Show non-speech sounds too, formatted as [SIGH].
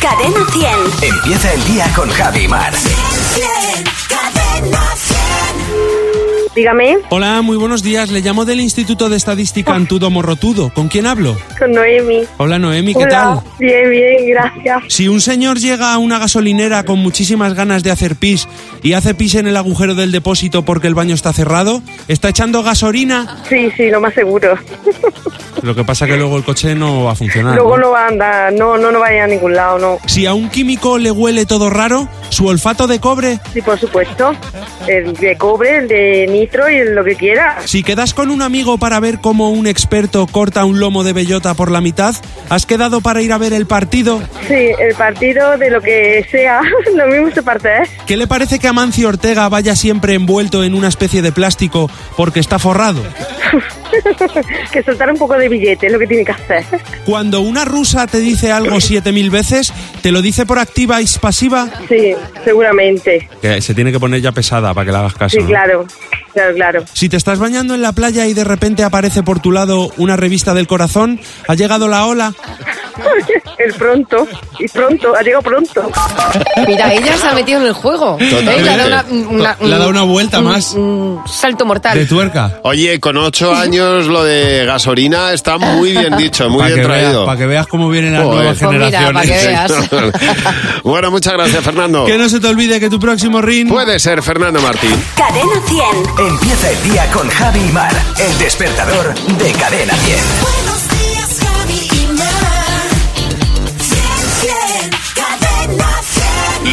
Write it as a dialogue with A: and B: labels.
A: Cadena 100.
B: Empieza el día con Javi Mar.
A: Cadena 100.
C: Dígame,
D: Hola, muy buenos días. Le llamo del Instituto de
C: Ah.
D: Estadística Antudo Morrotudo. ¿Con quién hablo?
C: con Noemi.
D: Hola, Noemi, ¿qué
C: Hola,
D: tal?
C: bien, bien, gracias.
D: Si un señor llega a una gasolinera con muchísimas ganas de hacer pis y hace pis en el agujero del depósito porque el baño está cerrado, ¿está echando gasolina?
C: Sí, sí, lo más seguro.
D: Lo que pasa que luego el coche no va a funcionar.
C: Luego
D: ¿no?
C: no va a andar, no, no, no va a ir a ningún lado, no.
D: Si a un químico le huele todo raro, su olfato de cobre,
C: Sí, por supuesto. El de cobre, el de nitro y el lo que quiera.
D: si quedas con un amigo para ver cómo un experto corta un lomo de bellota por la mitad, has quedado para ir a ver el partido,
C: Sí, el partido de lo que sea, [LAUGHS] lo mismo se parte, ¿eh?
D: ¿Qué le parece que Amancio Ortega vaya siempre envuelto en una especie de plástico porque está forrado?
C: que soltar un poco de billete es lo que tiene que hacer.
D: Cuando una rusa te dice algo siete mil veces, ¿te lo dice por activa y pasiva?
C: Sí, seguramente.
D: Que se tiene que poner ya pesada para que le hagas caso.
C: Sí,
D: ¿no?
C: claro, claro, claro.
D: Si te estás bañando en la playa y de repente aparece por tu lado una revista del corazón, ha llegado la ola.
C: el pronto, y pronto, ha llegado pronto.
E: Mira, ella se ha metido en el juego.
F: Totalmente.
E: Ella le ha dado una, una-
D: Le ha dado una vuelta más.
E: un salto mortal.
D: tuerca.
F: Oye, con ocho años lo de gasolina está muy
D: [LAUGHS]
F: bien dicho, muy bien traído.
D: que veas cómo vienen
F: las Joder. nuevas
E: Pues mira, para que veas.
F: [LAUGHS] bueno, muchas gracias, Fernando.
D: Que no se te olvide que tu próximo ring...
F: Puede ser Fernando Martín.
A: Cadena 100.
B: Empieza el día con Javi Mar. El despertador de Cadena 10.
A: Buenos días, Javi y Mar. 100, 100. Cadena 100.